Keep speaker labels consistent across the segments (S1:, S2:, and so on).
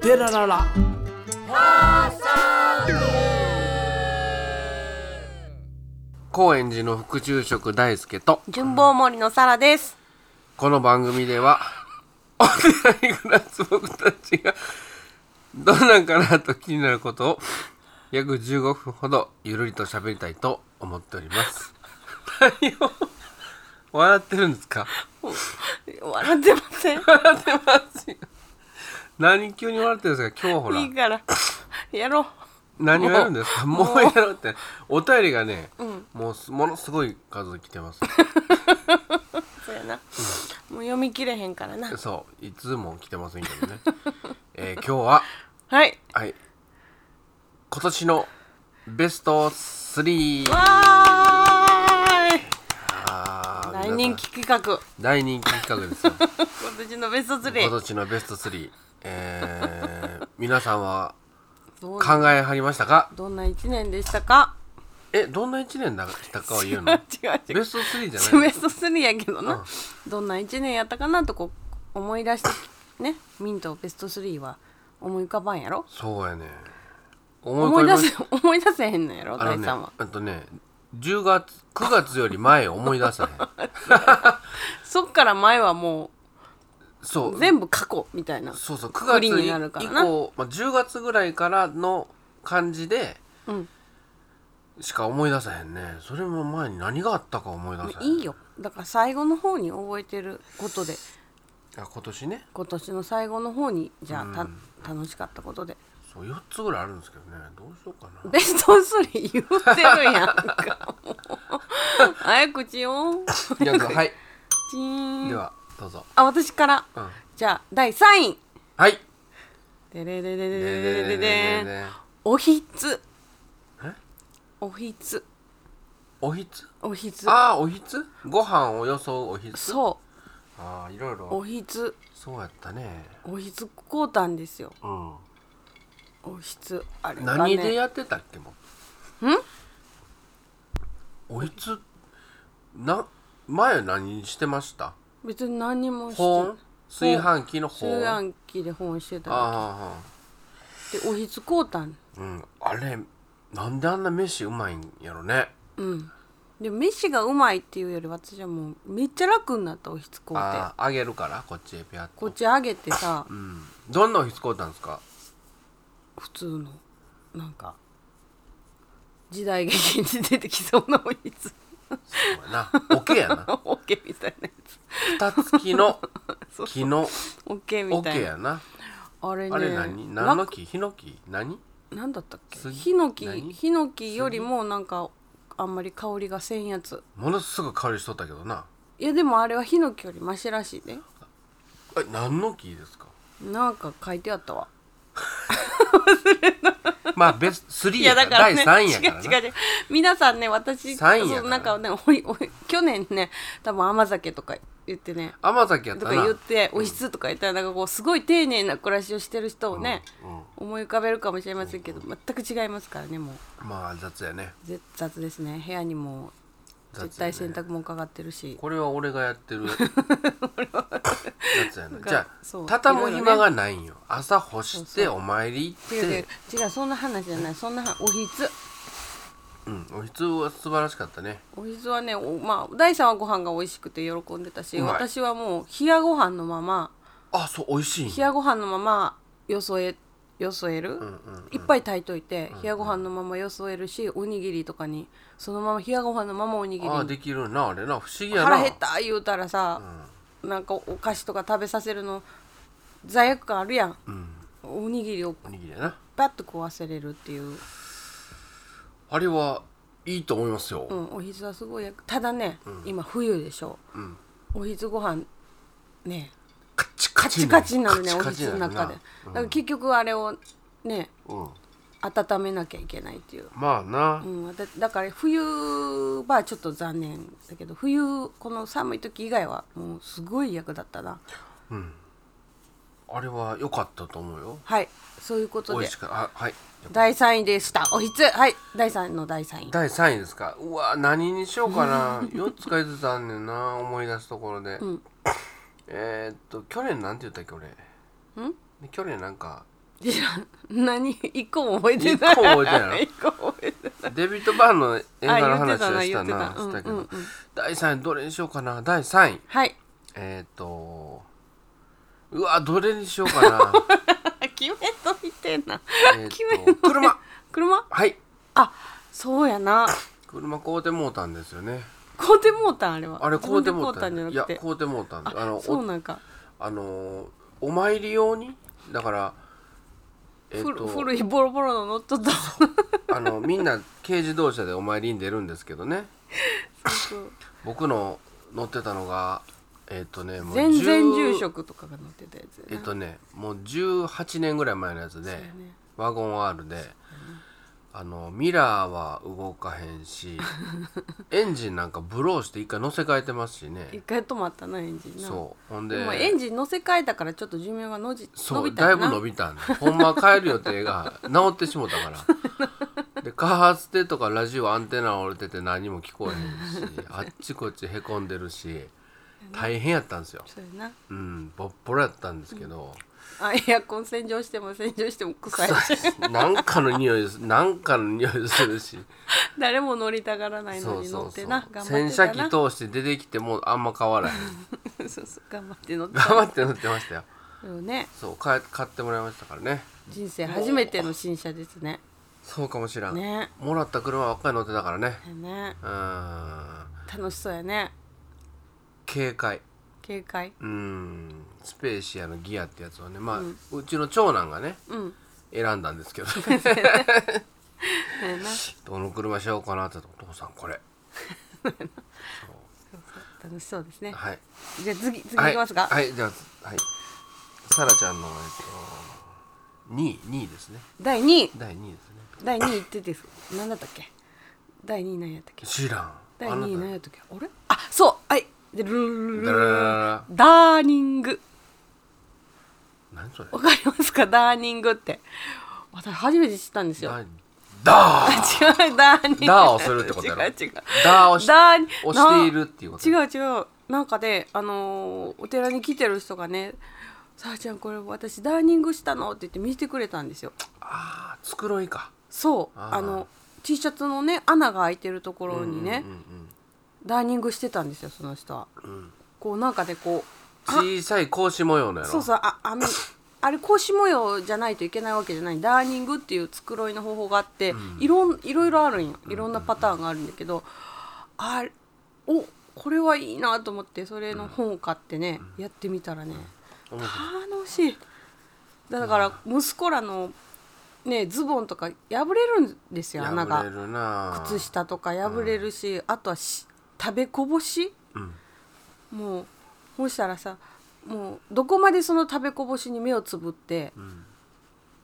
S1: テラララ
S2: 高円寺の副住職大輔と
S3: 順坊森のサラです。
S2: この番組では お寺に暮らす僕たちがどうなんかなと気になることを約15分ほどゆるりと喋りたいと思っております何を笑ってるんですか
S3: 笑ってません。
S2: 笑ってますよ何急に笑ってるんですか今日ほら
S3: いいから。やろう。
S2: 何をやるんですかもうやろうってお便りがね、もうすものすごい数来てます
S3: そうやな。もう読み切れへんからな。
S2: そういつも来てませんけどね、えー今日は
S3: はい。
S2: はい。今年のベスト3。
S3: わーい。
S2: あー
S3: 大人。気企画。
S2: 皆さん大人気企画です よ。
S3: 今年のベスト
S2: 今
S3: 3。
S2: 年のベスト3。えー、皆さんは
S3: どう
S2: 考えはりましたか
S3: どんな一年でしたか。
S2: え、どんな1年だったかを
S3: 違う違
S2: 言う
S3: う
S2: の
S3: 違
S2: ベ
S3: う。
S2: スト3じゃな
S3: ベ
S2: い
S3: スト3やけどな。どんな一年やったかなとこう思い出してね。ミントベスト3は思い浮かばんやろ。
S2: そうやね。
S3: 思
S2: 思
S3: い
S2: い
S3: 出
S2: 出せ
S3: せ思い出せへんのやろ。
S2: あの
S3: 大
S2: ね、
S3: さんは。
S2: あとね、10月、9月より前思い出さ へん。
S3: そっから前はも
S2: そう
S3: う。全部過去みたいな。
S2: そうそう9
S3: 不
S2: 月
S3: 利になるから
S2: 以
S3: な
S2: 降、まあ、10月ぐらいからの感じで
S3: うん
S2: しか思い出さへんねそれも前に何があったか思い出さへん
S3: いいよだから最後の方に覚えてることで
S2: あ今年ね
S3: 今年の最後の方にじゃあた、楽しかったことで
S2: そう4つぐらいあるんですけどねどうしようか な
S3: ベスト3言ってるやんかもう早口よ
S2: いやはい
S3: チーン
S2: ではどうぞ、
S3: あ私から、
S2: うん、
S3: じゃあ第3位
S2: はい
S3: でれ
S2: で
S3: れれれ
S2: で
S3: れ
S2: で
S3: れれれ
S2: でで
S3: れ
S2: で
S3: おひつ
S2: え
S3: おひつ
S2: おひつ
S3: おひつ
S2: ああおひつご飯をよそうおひつ
S3: そ
S2: ああいろいう
S3: お
S2: ろ
S3: ひつ
S2: そうやったね
S3: おひつこうたんですよ
S2: うん
S3: おひつあれがね
S2: 何でやってたっけも
S3: ん
S2: おいつな前何してました
S3: 別に何もして
S2: 保温炊飯器の保
S3: 炊
S2: 温あ
S3: 飯器で本してた
S2: あ
S3: の
S2: あ
S3: でおひつこうたん
S2: あうんあれなんであんな飯うまいんやろね
S3: うんで飯がうまいっていうより私はもうめっちゃ楽になったおひつこうて
S2: あああげるからこっちへピャッと
S3: こっち揚げてさ
S2: うんどんなおひつこうたんですか
S3: 普通のなんか時代劇に出てきそうなおひつ
S2: そうやなおけやな
S3: オッケーみたいなや
S2: 蓋付き の
S3: そう
S2: 木の
S3: つオッケー
S2: お
S3: みた
S2: け
S3: いな
S2: やな
S3: あれね
S2: あれ何何の
S3: わ
S2: 木ヒノキ何
S3: なんだったっけ
S2: 杉
S3: ヒノキ
S2: 何
S3: ヒノキよりもなんかあんまり香りがせんやつ
S2: ものすごい香りしとったけどない
S3: やでもあれはヒノキよりマシらしいね
S2: え何の木ですか
S3: なんか書いてあったわ
S2: まあベスト3
S3: い
S2: や
S3: や
S2: か
S3: だ
S2: ら
S3: から
S2: 第3
S3: ね、
S2: 位やから
S3: 違う
S2: な
S3: 違う違う皆さんね私
S2: 三位やから
S3: そうなんかねおいおい去年ね多分甘酒とか言ってね
S2: 甘崎やっ
S3: と
S2: た
S3: か
S2: な
S3: 言っておひつとか言ったらなんかこうすごい丁寧な暮らしをしてる人をね、思い浮かべるかもしれませんけど全く違いますからねもう
S2: まあ雑やね
S3: ぜ雑ですね部屋にも
S2: 雑やね
S3: 絶対洗濯もかかってるし、
S2: これは俺がや ってる雑やなじゃ
S3: そ
S2: あ
S3: う
S2: 畳む
S3: いろいろね
S2: 暇がないんよ朝干してお参り行
S3: 違う違
S2: っ
S3: う
S2: て
S3: 違うそんな話じゃないそんな話おひつ
S2: うんおひつは素晴らしかったね
S3: おひつはねおまあ大さんはご飯が美味しくて喜んでたし
S2: うまい
S3: 私はもう冷やご飯のまま
S2: あそう美味しいん
S3: 冷
S2: や
S3: やご飯のままよそえよそえる、いっぱい炊いといて、冷やご飯のままよそえるしおにぎりとかにそのまま冷やご飯のままおにぎり
S2: ああ
S3: に
S2: できるなあれな不思議やな
S3: 腹減った言うたらさ、なんかお菓子とか食べさせるの罪悪感あるやん、おにぎりを
S2: おにぎりやな
S3: パッと食わせれるっていう、
S2: あれはいいと思いますよ、
S3: うん、おひつはすごいただね、今冬でしょ、おひつご飯ね
S2: カチカ
S3: カチ
S2: チ
S3: カチになるね
S2: カ
S3: お
S2: チカ
S3: ひ
S2: チ
S3: つの
S2: になるな
S3: 中で、だから結局あれをね
S2: うん
S3: 温めなきゃいけないっていう
S2: まあな
S3: うん、だだから冬はちょっと残念だけど冬この寒い時以外はもうすごい役だったな
S2: あれは良かったと思うよ
S3: はいそういうこと
S2: 美
S3: で
S2: 味しかあはい
S3: 第3位でしたおひつはい第3位の第3位
S2: 第3位ですかうわ何にしようかな4つか5つあんねんな思い出すところで、えーっと去年なんて言ったっけ俺去年なんか
S3: 知らん何一個も覚えて
S2: 一
S3: ない
S2: 個覚えてない
S3: 一個も覚えてない
S2: デビッド・バーンの映画の
S3: あ言って
S2: 話
S3: た
S2: を
S3: な
S2: し
S3: 言
S2: た
S3: って
S2: な
S3: たう
S2: し
S3: んう
S2: たけど、
S3: んうん
S2: 第3位どれにしようかな第3位
S3: はい
S2: えっ、とうわどれにしようか な
S3: 決めといてな
S2: えっ
S3: 決めん
S2: と
S3: の
S2: 車
S3: 車
S2: はい
S3: あそうやな
S2: 車買うてもうたんですよね
S3: 買うてもうたんあれは
S2: あれ買うてもう
S3: 自
S2: たん
S3: 分で買うたん
S2: い
S3: じゃ
S2: や
S3: なくて
S2: 買うてもうたんであ
S3: あ
S2: のお
S3: そうなんか
S2: あのーお参り用にだからえっ、
S3: ふる
S2: と
S3: 古いボロボロの乗っとった
S2: あのみんな軽自動車でお参りに出るんですけどね僕の乗ってたのがえっ、とねもう
S3: 全然
S2: 10
S3: 住職とかが乗ってたやつ
S2: え
S3: や
S2: っ
S3: な
S2: とねもう18年ぐらい前のやつで、
S3: そうやね
S2: ワゴン R で、あのミラーは動かへん しエンジンなんかブローして一回乗せ替えてますし
S3: 一
S2: ね
S3: 回止まったなエンジンな
S2: そうほん
S3: で
S2: で
S3: もエンジン乗せ替えたからちょっと寿命がのじ伸
S2: そ
S3: び
S2: う
S3: た
S2: だ
S3: んや
S2: い
S3: な
S2: ぶ伸びた んでほんま帰る予定が治ってしもたからでカーステとかラジオアンテナ折れてて何も聞こえへんし あっちこっちへこんでるし大変やったんですよ
S3: そうやな
S2: うんボッポロやったんですけど、
S3: あエアコン洗浄しても洗浄しても臭いし
S2: なんかの匂いすなんかの匂いする し
S3: 誰も乗りたがらない
S2: そ
S3: の
S2: う
S3: に
S2: そ
S3: 乗
S2: う
S3: っ
S2: そ
S3: て
S2: う
S3: な
S2: 洗
S3: 頑張って
S2: 車
S3: た
S2: 機
S3: な
S2: 通して出てきてもあんま変わらへん
S3: そうそう頑張って乗って
S2: 頑張って乗ってましたよ
S3: でもね
S2: そう買え買ってもらいましたからね
S3: 人生初めての新車ですね
S2: そうかもしらん、
S3: ね
S2: もらった車ばっかり乗ってたからね
S3: ね
S2: うーん
S3: 楽しそうやね
S2: 軽快
S3: 警戒
S2: うーんスペーシアのギアってやつをねまあ、うちの長男がね
S3: うん
S2: 選んだんですけど
S3: そうやな
S2: どの車しようかなって言ったらお父さんこれ
S3: 楽しそうですね
S2: はい
S3: じゃあ次次
S2: はい
S3: きますか
S2: はい、はい、じゃあはいさらちゃんのえっと2位2位ですね
S3: 第2位
S2: 第2位ですね
S3: 第2位ってて何だったっけ第2位何やったっけ
S2: 知らん
S3: 第
S2: あな
S3: 2位
S2: た
S3: 何やったっけあれあそうはいでルルルル
S2: だらららら
S3: ダーニング
S2: 何それ
S3: わかりますかダーニングって私初めて知ったんですよ
S2: だだー
S3: 違うダーニング
S2: ダーをするってことやろ
S3: 違う違う
S2: だーをし
S3: ダーニ
S2: 押しているっていうこと
S3: な違う違うなんかで、あのーお寺に来てる人がね「さあちゃんこれ私ダーニングしたの?」って言って見せてくれたんですよ
S2: ああつくろいか
S3: そう
S2: あー
S3: あの T シャツのね穴が開いてるところにね、
S2: うんうん
S3: ダーニングしてたんですよその人は、こうなんかでこ
S2: うん小さい格子模様のや
S3: う
S2: ろ
S3: そうそうあ網あれ格子模様じゃないといけないわけじゃないダーニングっていう繕いの方法があって、いろんいろいろあるんよいろんなパターンがあるんだけど、あれおこれはいいなと思ってそれの本を買ってね、やってみたらね、
S2: 面白
S3: 楽しいだから息子らのねズボンとか破れるんですよ
S2: い
S3: 穴
S2: 破れ
S3: が
S2: るな
S3: 靴下とか破れるし、あとはし食べこぼし
S2: うん
S3: もうそしたらさもうどこまでその食べこぼしに目をつぶって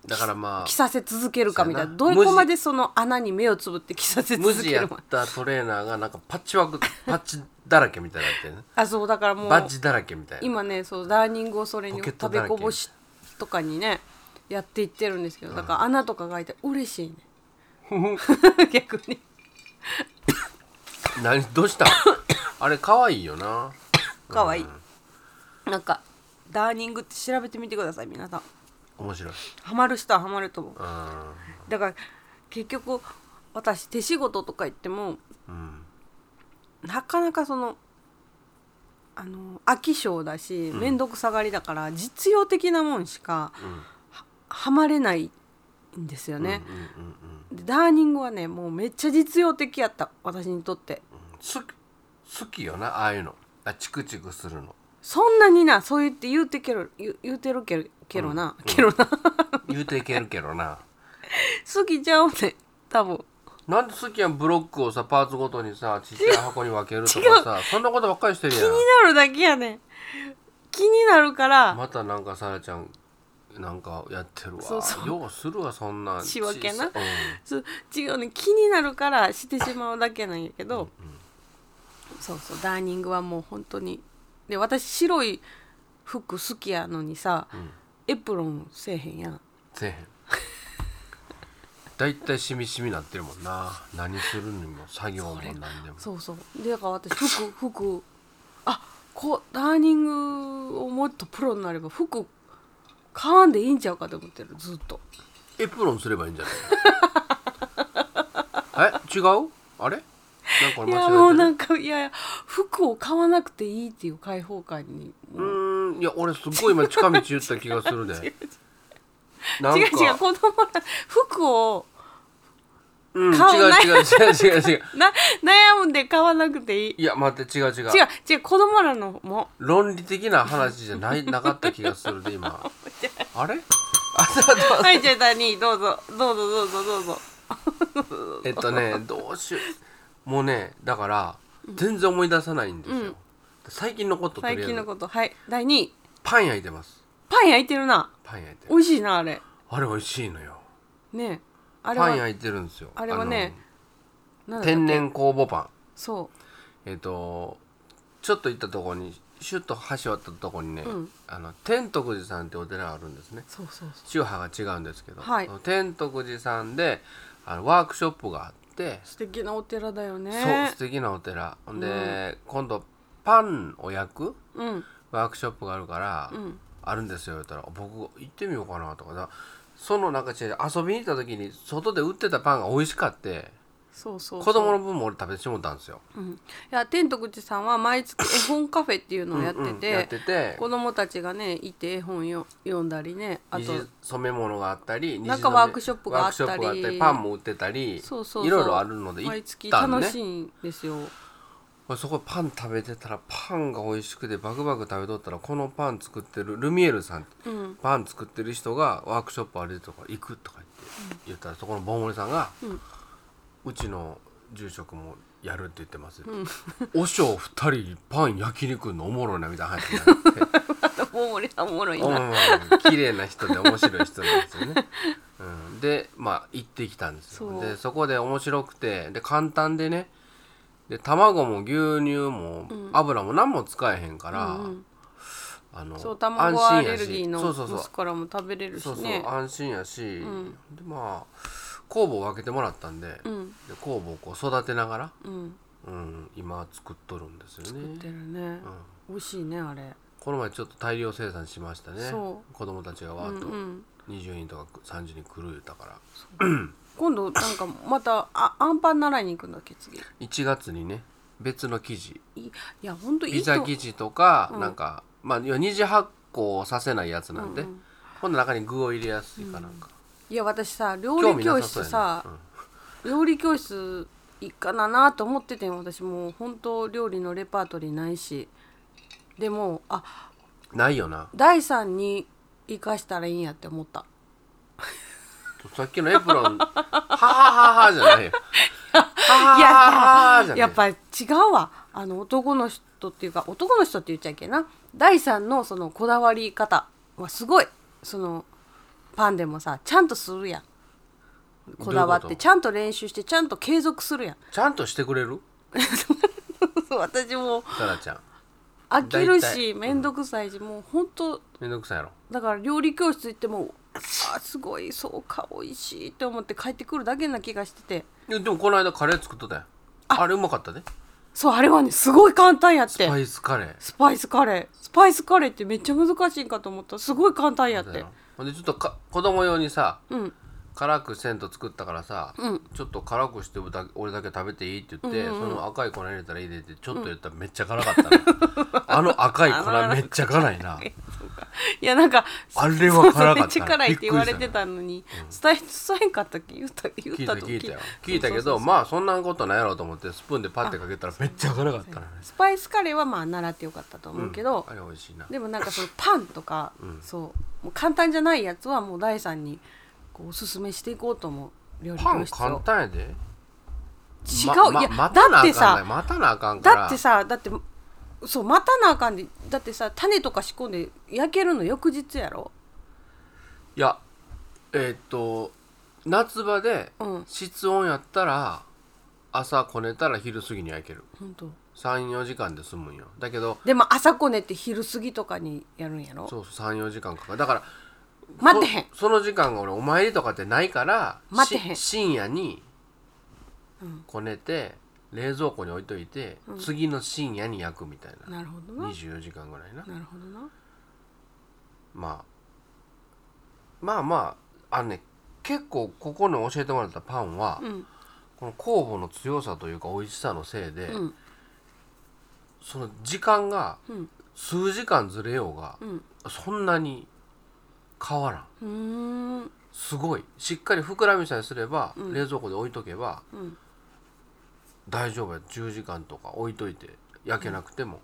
S2: だからま
S3: 着
S2: あ
S3: させ続けるかみたいな
S2: そうや
S3: ど
S2: な
S3: こまでその穴に目をつぶって着させ
S2: 無
S3: 続
S2: 地
S3: け
S2: や
S3: る
S2: っ
S3: か
S2: たトレーナーがなんかパッチワー クパッチだらけみたいになってね
S3: あそうだからも
S2: バッ
S3: う
S2: ジだらけみたいな
S3: 今ねそうダーニングをそれに
S2: ポケットだ
S3: 食べ
S2: らけ
S3: こぼしとかにねやっていってるんですけどだから穴とかが開いて嬉しいね 逆に
S2: 何どうしたあれ可愛いよな
S3: かわいい、なんかダーニングって調べてみてください皆さん
S2: 面白い
S3: ハマる人はハマると思う
S2: うん
S3: だから結局私手仕事とか言っても
S2: うん
S3: なかなかそのあの飽き性だし面倒くさがりだから、実用的なもんしか
S2: うん
S3: ハマれないんですよね
S2: う、んうんうん
S3: でダーニングはねもうめっちゃ実用的やった私にとって
S2: 好き好きよなああいうのあチクチクするの
S3: そんなになそう言って言うてける言う言うてるけるけどな、けどな
S2: 言うていけるけどな
S3: 好きちゃうね多分
S2: なんで好きやんブロックをさパーツごとにさちっちゃい箱に分けるとかさそんなことばっかりしてるや
S3: 気になるだけやねん気になるから、
S2: んまたなんかさらちゃんなんかやってるわ
S3: そうそう
S2: ようするわそんな
S3: 仕分けな
S2: 小さうん
S3: そう違うね気になるからしてしまうだけなんやけど、そうそうダーニングはもう本当にで私白い服好きやのにさ、エプロンせえへんやん
S2: せえへんだいたいしみしみなってるもんな何するにも作業も何でも
S3: そうそうでだから私服服あこうダーニングをもっとプロになれば服買わんでいいんちゃうかと思ってるずっと
S2: エプロンすればいいんじゃないえ違うあれなんか俺
S3: い
S2: 間違え
S3: や
S2: てる
S3: もうなんかいやいや服を買わなくていいっていう開放感に
S2: うーんいや俺すごい今近道言った気がす るねなんか
S3: 違う違う子供ら服を
S2: うん、違う
S3: 顔ない
S2: 違う違う違う違う
S3: な悩んで買わなくていい
S2: いや待って違う違う
S3: 違う違う子供らの も
S2: 論理的な話じゃないなかった気がするで 今あれあそうそう
S3: はいじゃあダニーどうぞどうぞどうぞどうぞ
S2: えっと ねどうしようもうねだから全然思い出さないんですよ、
S3: うん
S2: 最近のこととり
S3: 最
S2: あえ
S3: 近の
S2: ず
S3: ことはい第2位
S2: パン焼いてます
S3: パン焼いてるな
S2: パン焼いて
S3: 美味しいなあれ
S2: あれ美味しいのよ
S3: ねあれ
S2: パン
S3: は
S2: 焼いてるんですよ
S3: あれはね
S2: あ
S3: なん
S2: の
S3: だっけ
S2: 天然酵母パン
S3: そ
S2: えっ、とちょっと行ったとこにシュッと橋渡ったとこにね、
S3: うん
S2: あの天徳寺さんってお寺があるんですね
S3: うそうそうそう
S2: 宗派が違うんですけど、
S3: はい
S2: その天徳寺さんであのワークショップがあって、
S3: 素敵なお寺だよね
S2: そう素敵なお寺ほんで、今度パンを焼く
S3: うん
S2: ワークショップがあるから、
S3: うん
S2: あるんですよ言ったら僕行ってみようかなとかだそのなんか違う遊びに行った時に外で売ってたパンが美味しかって
S3: そうそうそう
S2: 子供の分も俺食べてしもたんですよ。
S3: うん、いや天徳寺さんは毎月絵本カフェっていうのをやって
S2: う
S3: て
S2: んうんやってて
S3: 子供たちがねいて絵本よ読んだりねあ
S2: 二
S3: と
S2: 次染め物があったり
S3: な
S2: 二
S3: ん
S2: 次
S3: か
S2: 染め
S3: ワークショップがあったり
S2: ワークショップがあってパンも売ってたり
S3: そうそうそう
S2: いろいろあるので行
S3: 毎
S2: っ
S3: 月
S2: たん
S3: 楽
S2: ね
S3: しいんですよ、
S2: 俺そこでパン食べてたらパンが美味しくてバクバク食べとったらこのパン作ってるルミエルさん
S3: うん、
S2: パン作ってる人がワークショップ歩いてとか行くとか言って言ったらそこのボンモリさんが、
S3: うん
S2: ちの住職もやるって言ってますよ、おしょう二人パン焼き肉のおもろいなみたいな話になって
S3: 大森さんおもろ いな、
S2: うん綺麗な人で面白い人なんですよね。うん、でまあ行ってきたんですよ
S3: そう
S2: でそこで面白くてで簡単でねで卵も牛乳も油も何も使えへんから、
S3: うんうん
S2: あの
S3: そう卵アレルギーの
S2: そうそうそう
S3: 息子らも食べれるし
S2: そうそう、
S3: ね
S2: 安心やし、
S3: ん
S2: でまあ酵母を分けてもらったんで,、
S3: うん
S2: で酵母をこう育てながら、
S3: うん
S2: うん、今作っとるんですよね。
S3: 売ってるね、美味しいねあれ
S2: この前ちょっと大量生産しましたね
S3: そ
S2: 子供たちがわ
S3: うん
S2: ーっと
S3: うん
S2: 20人とか30人来る言うたから
S3: 今度なんかまたあアンパン習いに行くんだっけ次
S2: 1月にね別の生地
S3: いいや本当い
S2: ピ
S3: いと
S2: ザ生地とか、なんかまあ要は二次発酵させないやつなんで、
S3: うんうん
S2: この中に具を入れやすいかなんか、
S3: いや私さ料
S2: 興
S3: 理
S2: 味
S3: 教
S2: なさそうや
S3: 室さ、
S2: な、
S3: 料理教室行かななと思っててん私もう本当料理のレパートリーないしでもあ
S2: うんないよな
S3: 第三に生かしたらいいんやって思った
S2: さっきのエプロン「はははは」じゃ ないよ「はははは」じゃない
S3: やっぱ違うわあの男の人っていうか男の人って言っちゃいけんな第三のそのこだわり方はすごいそのパンでもさちゃんとするやんこだわっ
S2: どういうこと
S3: てちゃんと練習してちゃんと継続するやん
S2: ちゃんとしてくれる
S3: 私もう
S2: さらちゃん
S3: 飽きる
S2: 大体
S3: し面倒くさいしもう本当
S2: めんどくさいやろ
S3: だから料理教室行ってもあすごいそうか美味しいって思って帰ってくるだけな気がしてて
S2: いやでもこの間カレー作っとったやんあれうまかったで
S3: そうあれはねすごい簡単やっ
S2: スパ
S3: て
S2: イスカレー
S3: スパイスカレースパイスカレーってめっちゃ難しいんかと思ったらすごい簡単やっ
S2: そうや
S3: て
S2: ろほんでちょっとか子供用にさ
S3: うん
S2: 辛くせんと作ったからさ、
S3: うん
S2: ちょっと辛くしてだ俺だけ食べていいって言って、その赤い粉入れたらいいでってちょっと言ったらめっちゃ辛かった な、あの赤い粉めっちゃ辛いな
S3: いやなんか
S2: あれは辛かった
S3: めっちゃ辛いって言われ
S2: び
S3: て
S2: っくりした
S3: たのに伝え伝えんかったっけ言った言っ
S2: 聞い
S3: た
S2: た
S3: と
S2: 聞いたよ
S3: き
S2: 聞いたけ
S3: そうそう
S2: どまあそんなことないやろうと思ってスプーンでパッてかけたらめっちゃ辛かったな
S3: スパイスカレーはまあ習ってよかったと思うけど、
S2: あれ美味しいな
S3: でもなんかそのパンとか、そうもう簡単じゃないやつはもう第三にこうおすすめしていこうと思う料理
S2: パン
S3: 教室
S2: 簡
S3: を
S2: 単やで
S3: 違
S2: ま
S3: う、
S2: ま
S3: いや、
S2: 待たな
S3: だ
S2: あ
S3: っ
S2: かんね
S3: てさ
S2: 待たなあかんから
S3: だってさだってそう待たなあかんでだってさ種とか仕込んで焼けるの翌日やろ
S2: いやえーっと夏場で
S3: うん
S2: 室温やったら朝こねたら昼過ぎに焼ける
S3: 本当
S2: 34時間で済むんよだけど
S3: でも朝こねって昼過ぎとかにやるんやろ
S2: そうそう34時間かかるだから
S3: 待ってへん
S2: そその時間が俺お参りとかってないから
S3: 待ってへん
S2: し深夜にこねて、冷蔵庫に置いといて、次の深夜に焼くみたいな
S3: なるほどな
S2: 24時間ぐらいな
S3: なるほどな
S2: まあまあまああのね結構ここの教えてもらったパンは、
S3: うん
S2: この酵母の強さというか美味しさのせいで、
S3: うん
S2: その時間が
S3: うん
S2: 数時間ずれようが、
S3: うん
S2: そんなに変わらん
S3: うーん
S2: すごいしっかり膨らみさえすれば、冷蔵庫で置いとけば、
S3: うん
S2: 大丈夫や10時間とか置いといて焼けなくても、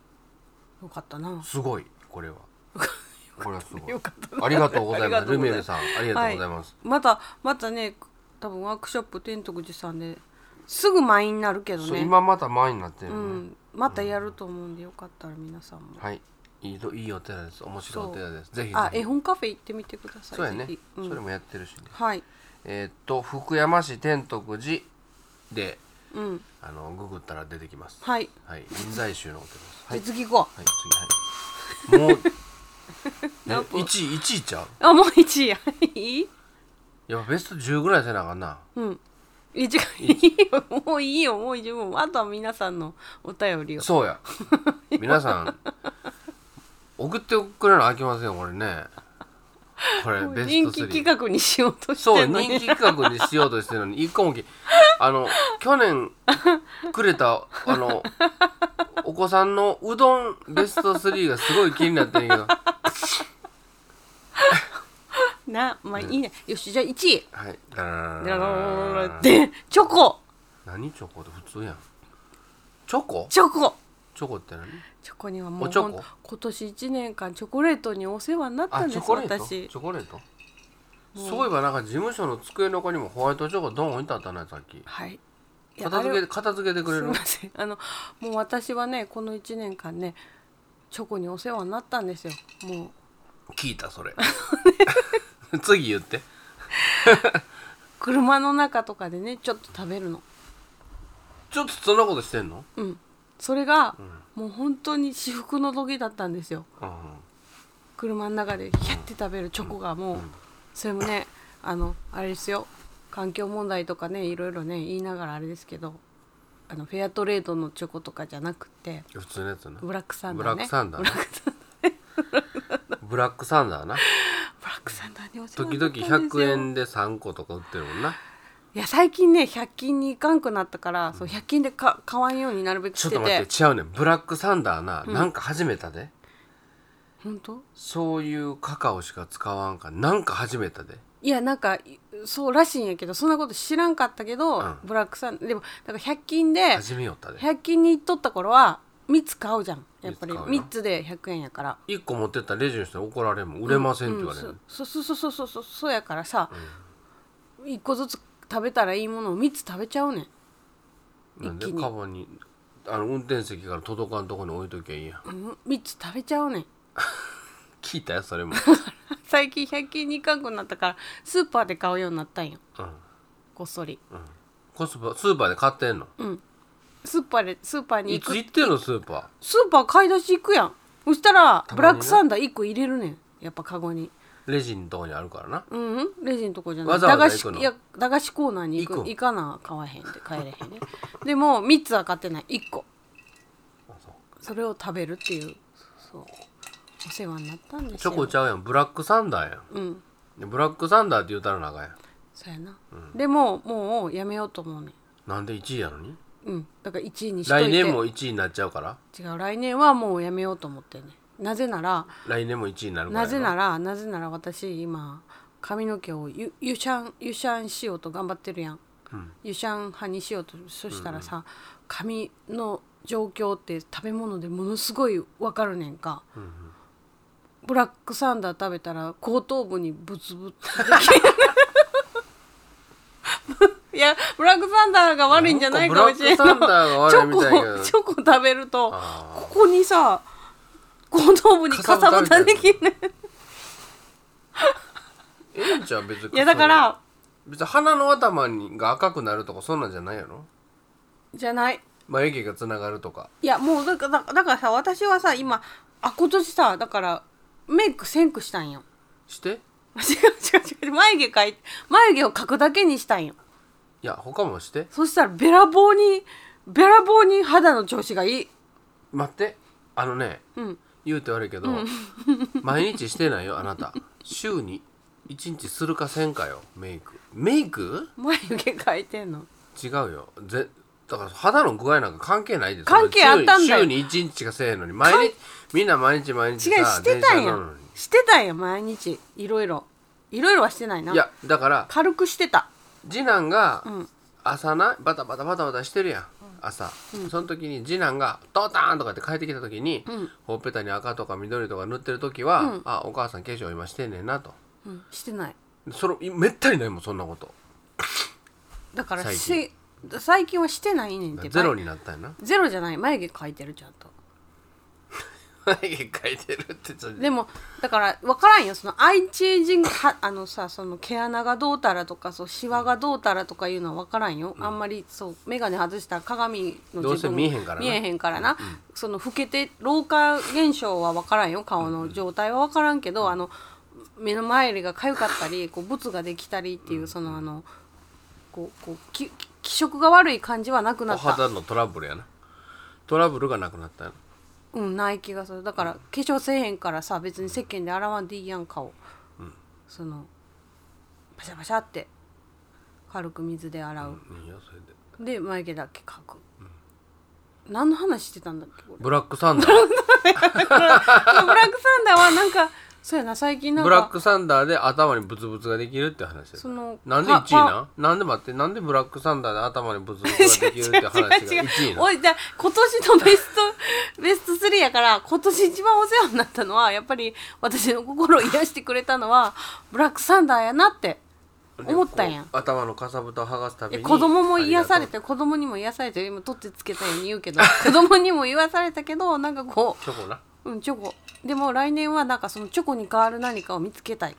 S3: よかったな
S2: すごいこ れはこれはすごい
S3: よかった
S2: ありがとうござい
S3: あ
S2: ま
S3: りが
S2: す
S3: とう
S2: ル
S3: ご
S2: ミ
S3: ざい
S2: エ
S3: ます
S2: ルさんありがとうございます、
S3: またまたね多分ワークショップ天徳寺さんですぐ満員になるけど
S2: そう
S3: ね
S2: 今また前になってる
S3: う
S2: ね、
S3: ん、またやると思うんでよかったら皆さんも、
S2: はいいいどいいお寺です面白いお寺ですぜひぜひ
S3: あ絵本カフェ行ってみてください
S2: そうやね
S3: ぜひ、う
S2: それ
S3: ん、
S2: もやってるしね
S3: はい
S2: えーっと福山市天徳寺で
S3: うん
S2: あのググったら出てきます
S3: はい、
S2: はい臨済宗のお寺ですはい
S3: じゃあ次行こ
S2: はい次はいもう
S3: 何分
S2: 1位1位ちゃう
S3: うあもう1位はいい
S2: やっぱベスト10ぐらいせなあかんな
S3: うんえ違ういいよもういいよもう十分あとは皆さんのお便りを
S2: そう や皆さん送ってくれなあきませんよこれねこれ
S3: もう
S2: ベ
S3: 人
S2: ス
S3: 気
S2: ト
S3: 企
S2: 3
S3: 画にしようとし
S2: そ
S3: て
S2: うん
S3: のに
S2: 人気企画にしようとしてるのに一個もきあの去年くれたあのお子さんのうどんベスト3がすごい気になってんやけど
S3: なまあいいねよしじゃあ1位
S2: はいだら
S3: で
S2: ららららら
S3: でチョコ
S2: 何チョコって普通やんチョコ
S3: チョコ
S2: チョコって何
S3: チョコにはも
S2: お
S3: う
S2: チョコ
S3: ほん今年1年間チョコレートにお世話になった
S2: あ
S3: んで
S2: チョ
S3: す
S2: コレート
S3: 私
S2: チョコレートそういえばなんか事務所の机の横にもホワイトチョコドン置いてあったなさっき
S3: はいいや
S2: 片
S3: あれ
S2: 付け片付けてくれ
S3: す
S2: る
S3: みませんあのもう私はねこの1年間ねチョコにお世話になったんですよもう
S2: 聞いたそれ 次言って
S3: 車の中とかでねちょっと食べるの
S2: ちょっとそんなことしてんの
S3: うんそれが、もう本当に至福の時だったんですよ
S2: うんうん
S3: 車の中でヒャって食べるチョコがもう、それもねあのあれですよ環境問題とかねいろいろね言いながらあれですけどあのフェアトレードのチョコとかじゃなくて
S2: 普通のやつな
S3: ブラックサン
S2: ブラ
S3: ダー
S2: ッ
S3: ね
S2: クサンダーなブラックサンダーな
S3: ブラックサンダーにお世話
S2: 時
S3: に
S2: 々
S3: なったんですよ
S2: 100円で3個とか売ってるもんない
S3: や最近ね100均に行かんくなったから、そう100均でか買わんようになるべく
S2: ちょ
S3: し
S2: ってと待って
S3: て
S2: 違うねんブラックサンダーな、なんか始めたで
S3: 本当
S2: そういうカカオしか使わんかなんか始めたで
S3: いやなんかいそうらしいんやけどそんなこと知らんかったけど、
S2: うん
S3: ブラックさんでもだから100均で
S2: 始めよったで
S3: 100均に行っとった頃は3つ買うじゃんやっぱり
S2: 三つ買うよ
S3: 3つで100円やから。
S2: 1個持ってったらレジの人に怒られるもん売れませんって言われる、
S3: うんそそそそそそそうやからさ、一1個ずつ食べたらいいものを3つ食べちゃうねん
S2: なんで
S3: 一気に
S2: カバンにあの運転席から届かんとこに置いときゃいいやん
S3: うん3つ食べちゃうねん
S2: 聞いたよそれも、
S3: 最近100均に行かんくなったからスーパーで買うようになったんよ
S2: うん、
S3: こっそり
S2: コスパスーパーで買ってんの
S3: スーパーでスーパーに
S2: い
S3: 行く
S2: つ行ってんのスーパー
S3: スーパー買い出し行くやんそしたら
S2: たまにね
S3: ブラックサンダー1個入れるねんやっぱカゴに
S2: レジのとこにあるからな
S3: うん、うん、レジのとこじゃない
S2: わざわざ行く
S3: 駄菓
S2: の
S3: 子いや駄菓子コーナーに行く
S2: 行
S3: 行
S2: く
S3: かな買わへんで帰れへんででも3つは買ってない1個それを食べるっていうそうお世話になったんです
S2: チ
S3: よ
S2: ョコちゃうやんブラックサンダーや
S3: うん
S2: んでブラックサンダーって言うたらなあかんやん
S3: そうやな、でももうやめようと思うねん
S2: なんで1位やのに
S3: うんだから1位にしといて
S2: 来年も1位になっちゃうから
S3: 違う来年はもうやめようと思ってねなぜなら
S2: 来年も1位になるから
S3: なぜな
S2: ら
S3: らなぜなら私今髪の毛をゆゆしゃんゆしゃんしようと頑張ってるやん、ゆしゃん派にしようとそしたらさ、髪の状況って食べ物でものすごいわかるねんか、ブラックサンダー食べたら後頭部にブツブツでき いやブラックサンダーが悪いんじゃないかもしれんの
S2: なんかブラックサンダーが悪いみたいやけど
S3: チョコチョコ食べると
S2: あ
S3: ここにさ後頭部にかさぶたできる
S2: ええんちゃう別に
S3: いやだから
S2: 別に鼻の頭にが赤くなるとかそんなんじゃないやろ
S3: じゃない
S2: 眉毛がつながるとか
S3: いやもうだからだだからさ私はさ今あ今年さだからメイクせんくしたんよ
S2: して
S3: 違う違う違う眉毛かい眉毛を描くだけにしたんよ
S2: いや他もして
S3: そしたらべらぼうにべらぼうに肌の調子がいい
S2: 待ってあのね
S3: うん
S2: 言うて悪いけど、毎日してないよあなた週に一日するかせんかよメイクメイク
S3: 眉毛描いてんの
S2: 違うよぜだから肌の具合なんか関係ないです
S3: 関係あったんだよ
S2: 週に週に1日かせえのに毎日みんな毎日毎日
S3: 違う
S2: さ
S3: してたん
S2: 電車
S3: や
S2: 乗るのに
S3: してたんや毎日いろいろいろいろはしてないない
S2: やだから
S3: 軽くしてた
S2: 次男が
S3: ん
S2: 朝なバタバタバタバタしてるやん朝、その時に次男が「ドターン!」とかって帰ってきた時に、ほっぺたに赤とか緑とか塗ってる時は「あお母さん化粧今してんねんな」と
S3: うんしてない
S2: それめったにないもんそんなこと
S3: だから
S2: 最
S3: 最
S2: 近
S3: 近最近はしてないねんって
S2: ゼロになったんやな
S3: ゼロじゃない眉毛描いてるちゃんと
S2: 眉毛描いてるってちょっと
S3: でもだから分からんよそのアイチエイジングはあのさその毛穴がどうたらとかそうシワがどうたらとかいうのは分からんよ、あんまりそう眼鏡外したら鏡の
S2: どうせ
S3: 自分
S2: 見えへんからな
S3: 見えへんからなその老けて老化現象は分からんよ顔の状態は分からんけど、あの目の前が痒かったりこうブツができたりっていう、そのあのこうこうきき気色が悪い感じはなくな
S2: お
S3: った
S2: 肌のトラブルやなトラブルがなくなったんやな
S3: うんない気がするだから化粧せえへんからさ別に石鹸で洗わんでいいやん顔、そのパシャパシャって軽く水で洗う、
S2: いいよそれで
S3: で眉毛だけ描く、何の話してたんだっけこれ
S2: ブラックサンダー
S3: ブラックサンダーはなんかそうやな最近なん
S2: ブラッ
S3: か
S2: クサンダーで頭にブツブツができるって話や
S3: その
S2: なんで1位
S3: あ
S2: ななんで待ってなんでブラックサンダーで頭にブツブツができるって話が
S3: 違う
S2: 1位な
S3: おいじゃあ今年のベスト ベスト3やから今年一番お世話になったのはやっぱり私の心を癒してくれたのはブラックサンダーやなって思ったんや
S2: でこう頭のかさぶたを剥がすた
S3: い
S2: び
S3: や
S2: に
S3: 子供も癒され
S2: あ
S3: て子供にも癒されて今取ってつけたように言うけど 子供にも癒されたけどなんかこ
S2: りがとうチョコな
S3: ううんチョコでも来年はなんかそのチョコに代わる何かを見つけたい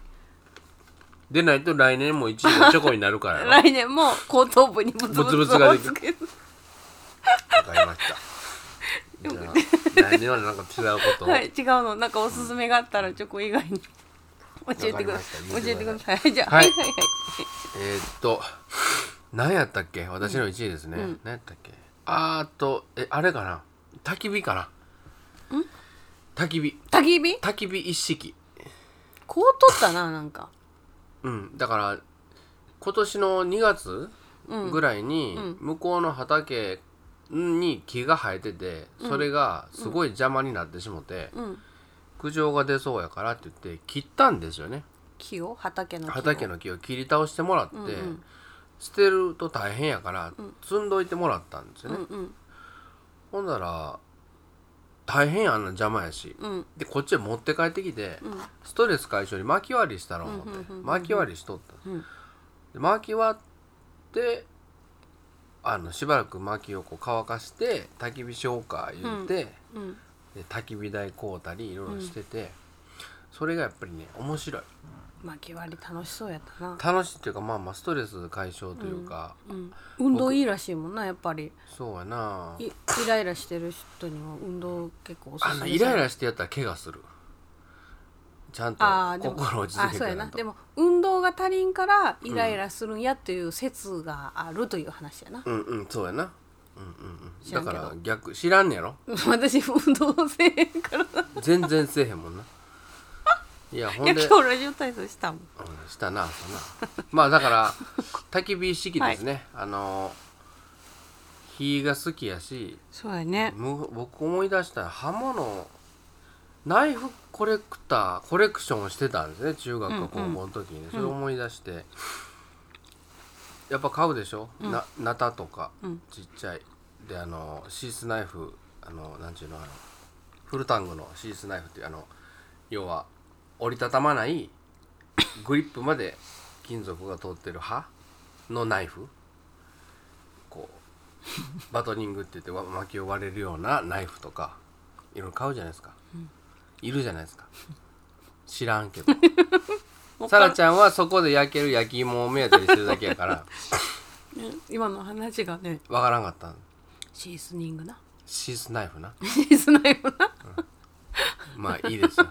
S2: でないと来年も1位がチョコになるからやろわ
S3: 来年も後頭部にブツブツをつける
S2: かりましたじゃあ来年はなんか違うことを、
S3: はい違うのなんかおすすめがあったらチョコ以外に教えてください
S2: わかりま
S3: 教
S2: した
S3: えてくださいはいじゃあ
S2: は
S3: はいいはいはい
S2: えーっと何やったっけ私の1位ですね、何やったっけあーっとえあれかな焚き火かな焚き火
S3: 焚き火
S2: 焚き火一式
S3: こう取ったななんか
S2: うん、だから今年の2月ぐらいに向こうの畑に木が生えててそれがすごい邪魔になってしもて
S3: うん
S2: 苦情が出そうやからって言って切ったんですよね
S3: 木を畑の木を
S2: 畑の木を切り倒してもらって捨てると大変やから積んどいてもらったんですよ
S3: う
S2: ね
S3: んうん
S2: ほんなら大変やんあんな邪魔やし
S3: うん
S2: でこっちへ持って帰ってきて、ストレス解消に薪割りしたろう思って、薪割りしとった、
S3: うん
S2: で薪割ってあのしばらく薪をこう乾かして焚き火しようか言うて、
S3: うん
S2: で焚き火台買うたりいろいろしてて、それがやっぱりね面白い
S3: 巻き割り楽しそうやったな
S2: 楽しいっていうかまあまあストレス解消というか、
S3: うん運動いいらしいもんなやっぱり
S2: そうやない
S3: イライラしてる人には運動結構おす
S2: あ
S3: す
S2: の
S3: め
S2: イライ
S3: ラ
S2: ラしてやったら怪我するちゃん
S3: あー
S2: と
S3: でも
S2: 心落ち着
S3: あ
S2: け
S3: そう
S2: て
S3: や
S2: いか
S3: なん
S2: と
S3: でも運動が足りんからイライラするんやっていう説があるという話やな、
S2: うんうんそうやなうん
S3: 知
S2: うんうん
S3: らん
S2: だ
S3: けど
S2: から逆知らんねやろ
S3: 私運動せえへんから
S2: 全然せえへんもんないやほん
S3: いや
S2: で
S3: 今日ラジオ体操したもん
S2: うんしたなしたなまあだから焚き火式ですね、あの火が好きやし
S3: そうやね
S2: む僕思い出した刃物ナイフコレクターコレクションをしてたんですね中学高校の時に、それを思い出して、やっぱ買うでしょ、なナタとか、ちっちゃいであのシースナイフあのなんちゅうのあのフルタングのシースナイフっていうあの要は折りたたまないグリップまで金属が通ってる刃のナイフこうバトニングって言ってわ薪を割れるようなナイフとかいろいろ買うじゃないですか、いるじゃない ですか知らんけどサラちゃんはそこで焼ける焼き芋を目当てにしてるだけや から
S3: 今の話がね
S2: わからんかったん
S3: シースニングな
S2: シースナイフな
S3: シースナイフな
S2: まあいいですよ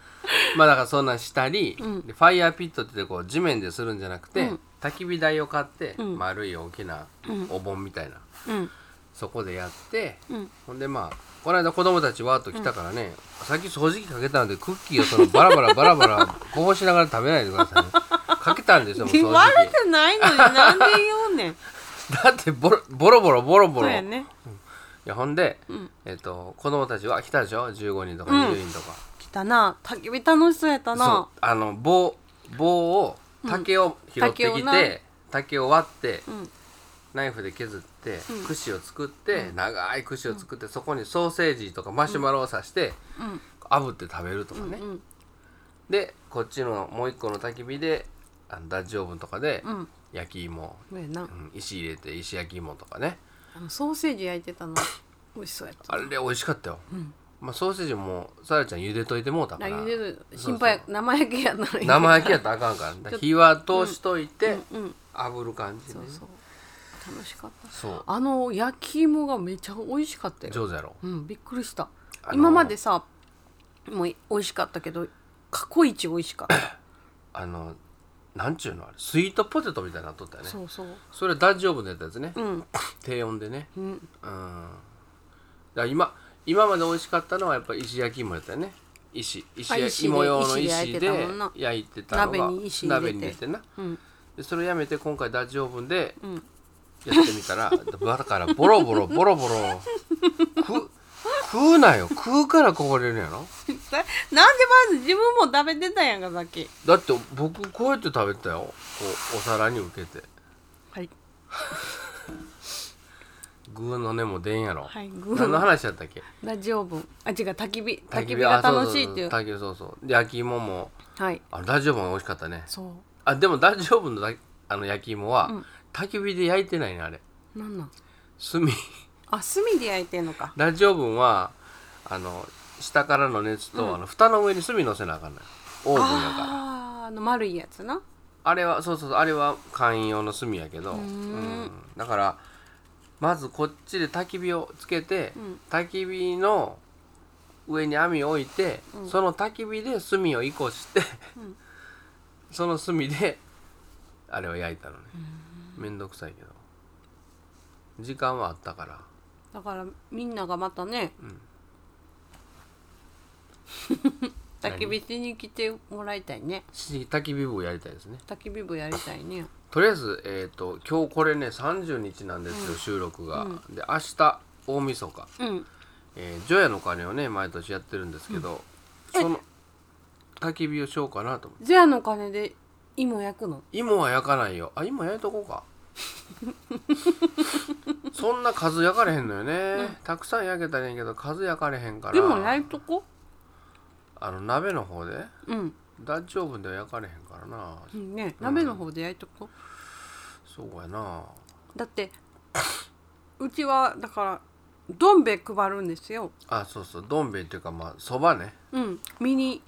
S2: まあだからそんなんしたり、でファイヤーピットって言ってこう地面でするんじゃなくて、焚き火台を買って、丸い大きなお盆みたいな、
S3: うん
S2: そこでやって
S3: うん
S2: ほんでまあこの間子供たちわーっと来たからね、さっき掃除機かけたんでクッキーをそのバラバラバラバラこぼしながら食べないでくださいねかけたんですよもう掃
S3: 言わ
S2: 除
S3: れ
S2: 機
S3: てないのになんで言うねん
S2: だってボロボロボロボロ ボ
S3: そう
S2: ロ
S3: やね
S2: いやほんで、
S3: うん
S2: えっと子供たちは来たでしょ15人とか20人とか、
S3: 来たな焚き火楽しそうやった
S2: そう
S3: な
S2: あの棒棒を竹を拾って
S3: 竹
S2: きて、
S3: をな
S2: 竹を割って、
S3: ん
S2: ナイフで削って、
S3: ん
S2: 串を作って、長い串を作って、そこにソーセージとかマシュマロを刺して、炙って食べるとかね、
S3: うん
S2: でこっちのもう一個の焚き火であのダッジオーブンとかで
S3: うん
S2: 焼き芋、
S3: そうやな
S2: うん石入れて石焼き芋とかね
S3: あのソーセージ焼いてたの 美味しそうやった
S2: あれ美味しかったよ、まあ、ソーセージもさらちゃん茹でといてもうたから
S3: あゆでる心配生焼けやならいい
S2: 生焼きやったらあかん からだから火は通しといて、
S3: うん
S2: 炙る感じで
S3: そ
S2: ね
S3: うそう楽しかった
S2: そう
S3: あの焼き芋がめちゃ美味しかったよ
S2: 上手やろ
S3: うんびっくりした
S2: あのー
S3: 今までさもうい美味しかったけど過去一美味しかった
S2: あのなんちゅうのあれスイートポテトみたいになっとったよね
S3: そうそう
S2: それはダッジオーブンでやったやつね、
S3: うん
S2: 低温でねうん
S3: ん
S2: だから今今まで美味しかったのはやっぱ石焼き芋やったよね石石
S3: あ石で
S2: 芋用の石
S3: 石で
S2: で
S3: 焼いてたもんな
S2: 焼いてたのが
S3: 鍋に石入れ
S2: 鍋
S3: て
S2: に入れてな
S3: うん
S2: でそれやめて今回ダッジオーブンでやってみたら、だからボロボロボロボロ食食うなよ食うからこぼれるんやろ
S3: だなんでまず自分も食べてたやんかさっき
S2: だって僕こうやって食べたよこうお皿に受けて
S3: はい
S2: グーの根も出んやろ、
S3: はいグー
S2: 何の話やったっけ
S3: ラジオ部あ違う焚き火 焚き火
S2: あ
S3: が
S2: そう
S3: 楽しいっていう
S2: そう焚き火そうそうで焼き芋も
S3: はい
S2: あのダジオブン美味しかったね
S3: そ
S2: あでもダジオブンのだあの焼き芋は、焚き火で焼いてないねあれ
S3: うなんなん
S2: 炭
S3: あ炭で焼いてんのか
S2: ダジオブンはあの下からの熱と、あの蓋の上に炭乗せなあかんのよオーブンやからあ
S3: あーあの丸いやつな
S2: れはそうそうそうあれは簡易用の炭やけどうんだからまずこっちで焚き火をつけて、焚き火の上に網を置いて、その焚き火で炭を移行して、 その炭であれを焼いたのねめんどくさいけど時間はあったから
S3: だからみんながまたね、 焚き火しに来てもらいたいね
S2: し焚き火部をやりたいですね
S3: 焚き火部やりたいね
S2: とりあえず、えー、と今日これね30日なんですよ、収録が、で明日大晦日
S3: うん
S2: えー、除夜の鐘をね毎年やってるんですけど、その焚き火をしようかなと思って
S3: ゼアの鐘で芋焼くの
S2: 芋は焼かないよあ芋焼いとこ うかそんな数焼かれへんのよね、たくさん焼けたねんけど数焼かれへんから
S3: でも焼いとこ
S2: あの鍋の方で
S3: うん、
S2: ダッチオーブンでは焼かれへんからな、
S3: うん、ね鍋の方で焼いとこ、
S2: そうやな
S3: だってうちはだからどん兵衛配るんですよ
S2: あそうそうどん兵衛っていうかまあそばね、
S3: うんミニ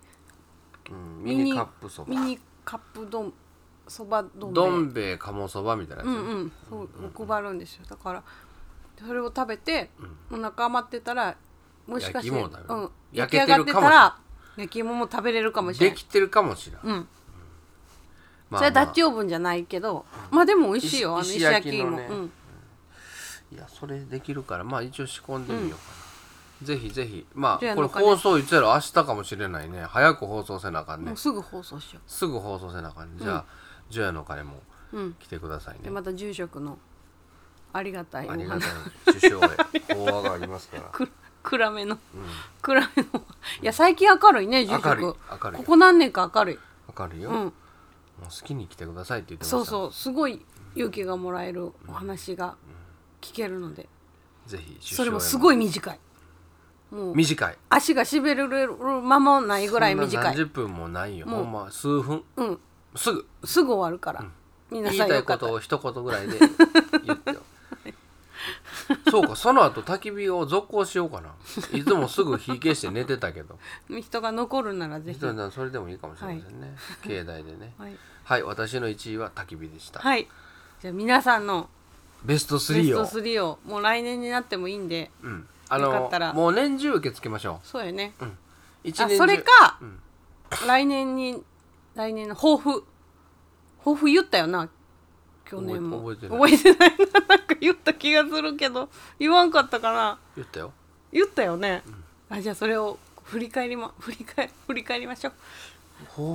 S2: うん、
S3: ミ
S2: ミ
S3: ニ
S2: ニカップそば
S3: ミニカップ丼そば丼
S2: どん兵衛鴨そばみたいなやつ
S3: う
S2: ね、
S3: んうんそう欲張るんですよだからそれを食べて、お腹余ってたらもしか
S2: 焼き
S3: して
S2: 芋を食べる
S3: うん、
S2: 焼
S3: 焼
S2: け
S3: き
S2: てる
S3: 上
S2: かも
S3: が
S2: しれない
S3: ってたら焼き芋も食べれるかもしれ
S2: で
S3: ない
S2: きてるかもしれない、
S3: うん
S2: まあまあ
S3: それはダッチオーブンじゃないけど、まあでも美味しいよあの
S2: 石
S3: 石焼き
S2: 石焼きの
S3: 芋、
S2: ね
S3: うん、
S2: いやそれできるからまあ一応仕込んでみようかな、ぜひぜひま
S3: じ
S2: あ
S3: ゃあ
S2: これ
S3: なんかね
S2: 放送いつやろ明日かもしれないね早く放送せなあかんね
S3: もうすぐ放送しよ
S2: すぐ放送せなあかんねじゃあ「除夜の鐘」も
S3: う、うん、
S2: 来てくださいね、
S3: でまた住職のありがたいお
S2: ありが
S3: 話
S2: たい首相へ 法話がありますから
S3: く暗めの、暗めのいや最近明るいね住
S2: 明るい明
S3: 職
S2: るい
S3: ここ何年か明るい
S2: わかるよ、
S3: う
S2: もうん好きに来てくださいって言ってました
S3: そうそうすごい勇気がもらえるお話が聞けるので
S2: うぜひ
S3: それもすご
S2: い
S3: い短いもう
S2: 短い
S3: 足がしびれる間もないぐらい
S2: そんな
S3: 短
S2: 何
S3: い
S2: 十分もないよほんま数分
S3: うん
S2: すぐ
S3: すぐ終わるから、皆
S2: 言い
S3: さん
S2: た
S3: よ
S2: い
S3: か
S2: こ
S3: った
S2: とを一言ぐらい で言ってよそうかその後焚き火を続行しようかないつもすぐ火消して寝てたけど
S3: 人が残るならぜ
S2: ひ
S3: ひ
S2: とりさんそれでもいいかもしれませんね、境内でね
S3: はい、
S2: はい私の1位は焚き火でした、
S3: はい、じゃあ皆さんの
S2: ベスト
S3: ベス
S2: 3
S3: ト
S2: を
S3: 3をもう来年になってもいいんで
S2: うん、あ
S3: よかった
S2: の
S3: ら
S2: もう年中受け付けましょ
S3: そうよね、
S2: う一
S3: あ
S2: 年中
S3: それか、来年に来年の抱負抱負言ったよな去年も
S2: 覚えて
S3: 覚えてないななんか言った気がするけど言わんかったかな
S2: 言ったよ
S3: 言ったよね、あじゃあそれを振り返りま振り返振り返りましょう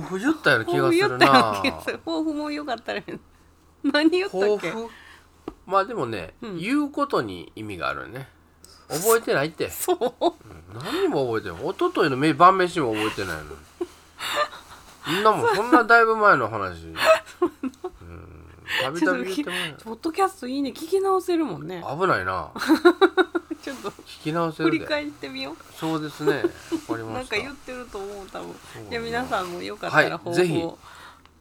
S2: 抱負言ったような気
S3: 抱
S2: が
S3: 負
S2: す
S3: 言
S2: る
S3: ったような
S2: な
S3: 気がする抱負もよかったらいいの何言った
S2: 抱
S3: っけ
S2: 負まあでもね、言うことに意味があるよね覚えてないって
S3: そう
S2: 何も覚えてない一昨日のめ晩飯も覚えてないのにみんなもそんなだいぶ前の話 うんたび
S3: ちょ
S2: た
S3: っ
S2: び
S3: と
S2: 言って
S3: きポ
S2: もらえない
S3: ッドキャストいいね聞き直せるもんね
S2: 危ないな
S3: ちょっと
S2: 聞き直せる
S3: 振り
S2: で
S3: 返ってみよう
S2: そうですねわかりま
S3: なん
S2: し
S3: か
S2: た
S3: 言ってると思う多分
S2: う
S3: いや皆さんもよかっ
S2: は
S3: た
S2: い
S3: ら方
S2: ぜひ
S3: 法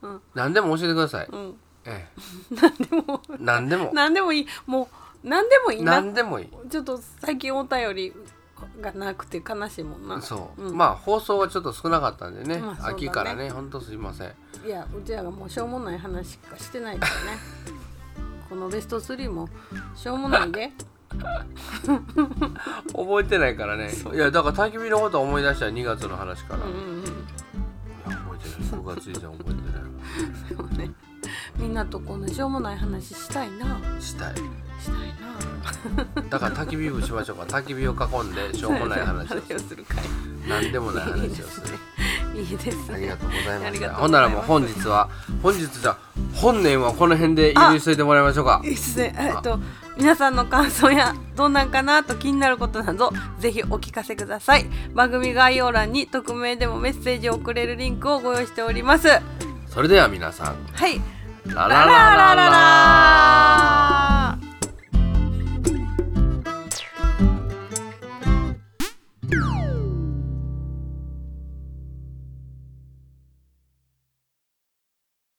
S3: を、
S2: 何でも教えてください、
S3: うん、
S2: ええ
S3: 何でも
S2: 何でも
S3: 何でもいいもう何でもいいな
S2: 何でもいい
S3: ちょっと最近お便りがなくて悲しいもんな
S2: そう、
S3: うん
S2: まあ放送はちょっと少なかったんでね,、
S3: まあそうだね
S2: 秋からねほんとすいません
S3: いやうちらがもうしょうもない話しかしてないからねこのベスト3もしょうもな いで
S2: 覚えてないからねいやだから焚き火のこと思い出したら2月の話から、
S3: うん
S2: い
S3: うんうん
S2: や覚えてない5月以上覚えてない
S3: でもねみんなとこんなしょうもない話したいな
S2: したい
S3: したいな
S2: だから焚き火部しましょうか焚き火を囲んでしょうもない話をす
S3: 話を
S2: る
S3: する会
S2: 何でもない話をする
S3: いいです
S2: あ
S3: ね
S2: りがとうござい
S3: あ
S2: ま
S3: り
S2: し
S3: が
S2: た
S3: と
S2: ほ
S3: うございます
S2: んならもう本日は本日じゃ本年はこの辺で許しといてもらいましょうか
S3: いいですねえっと皆さんの感想やどんなんかなと気になることなどぜひお聞かせください番組概要欄に匿名でもメッセージを送れるリンクをご用意しておりますは
S2: それでは皆さん
S3: い
S2: ラララ
S3: ラララララ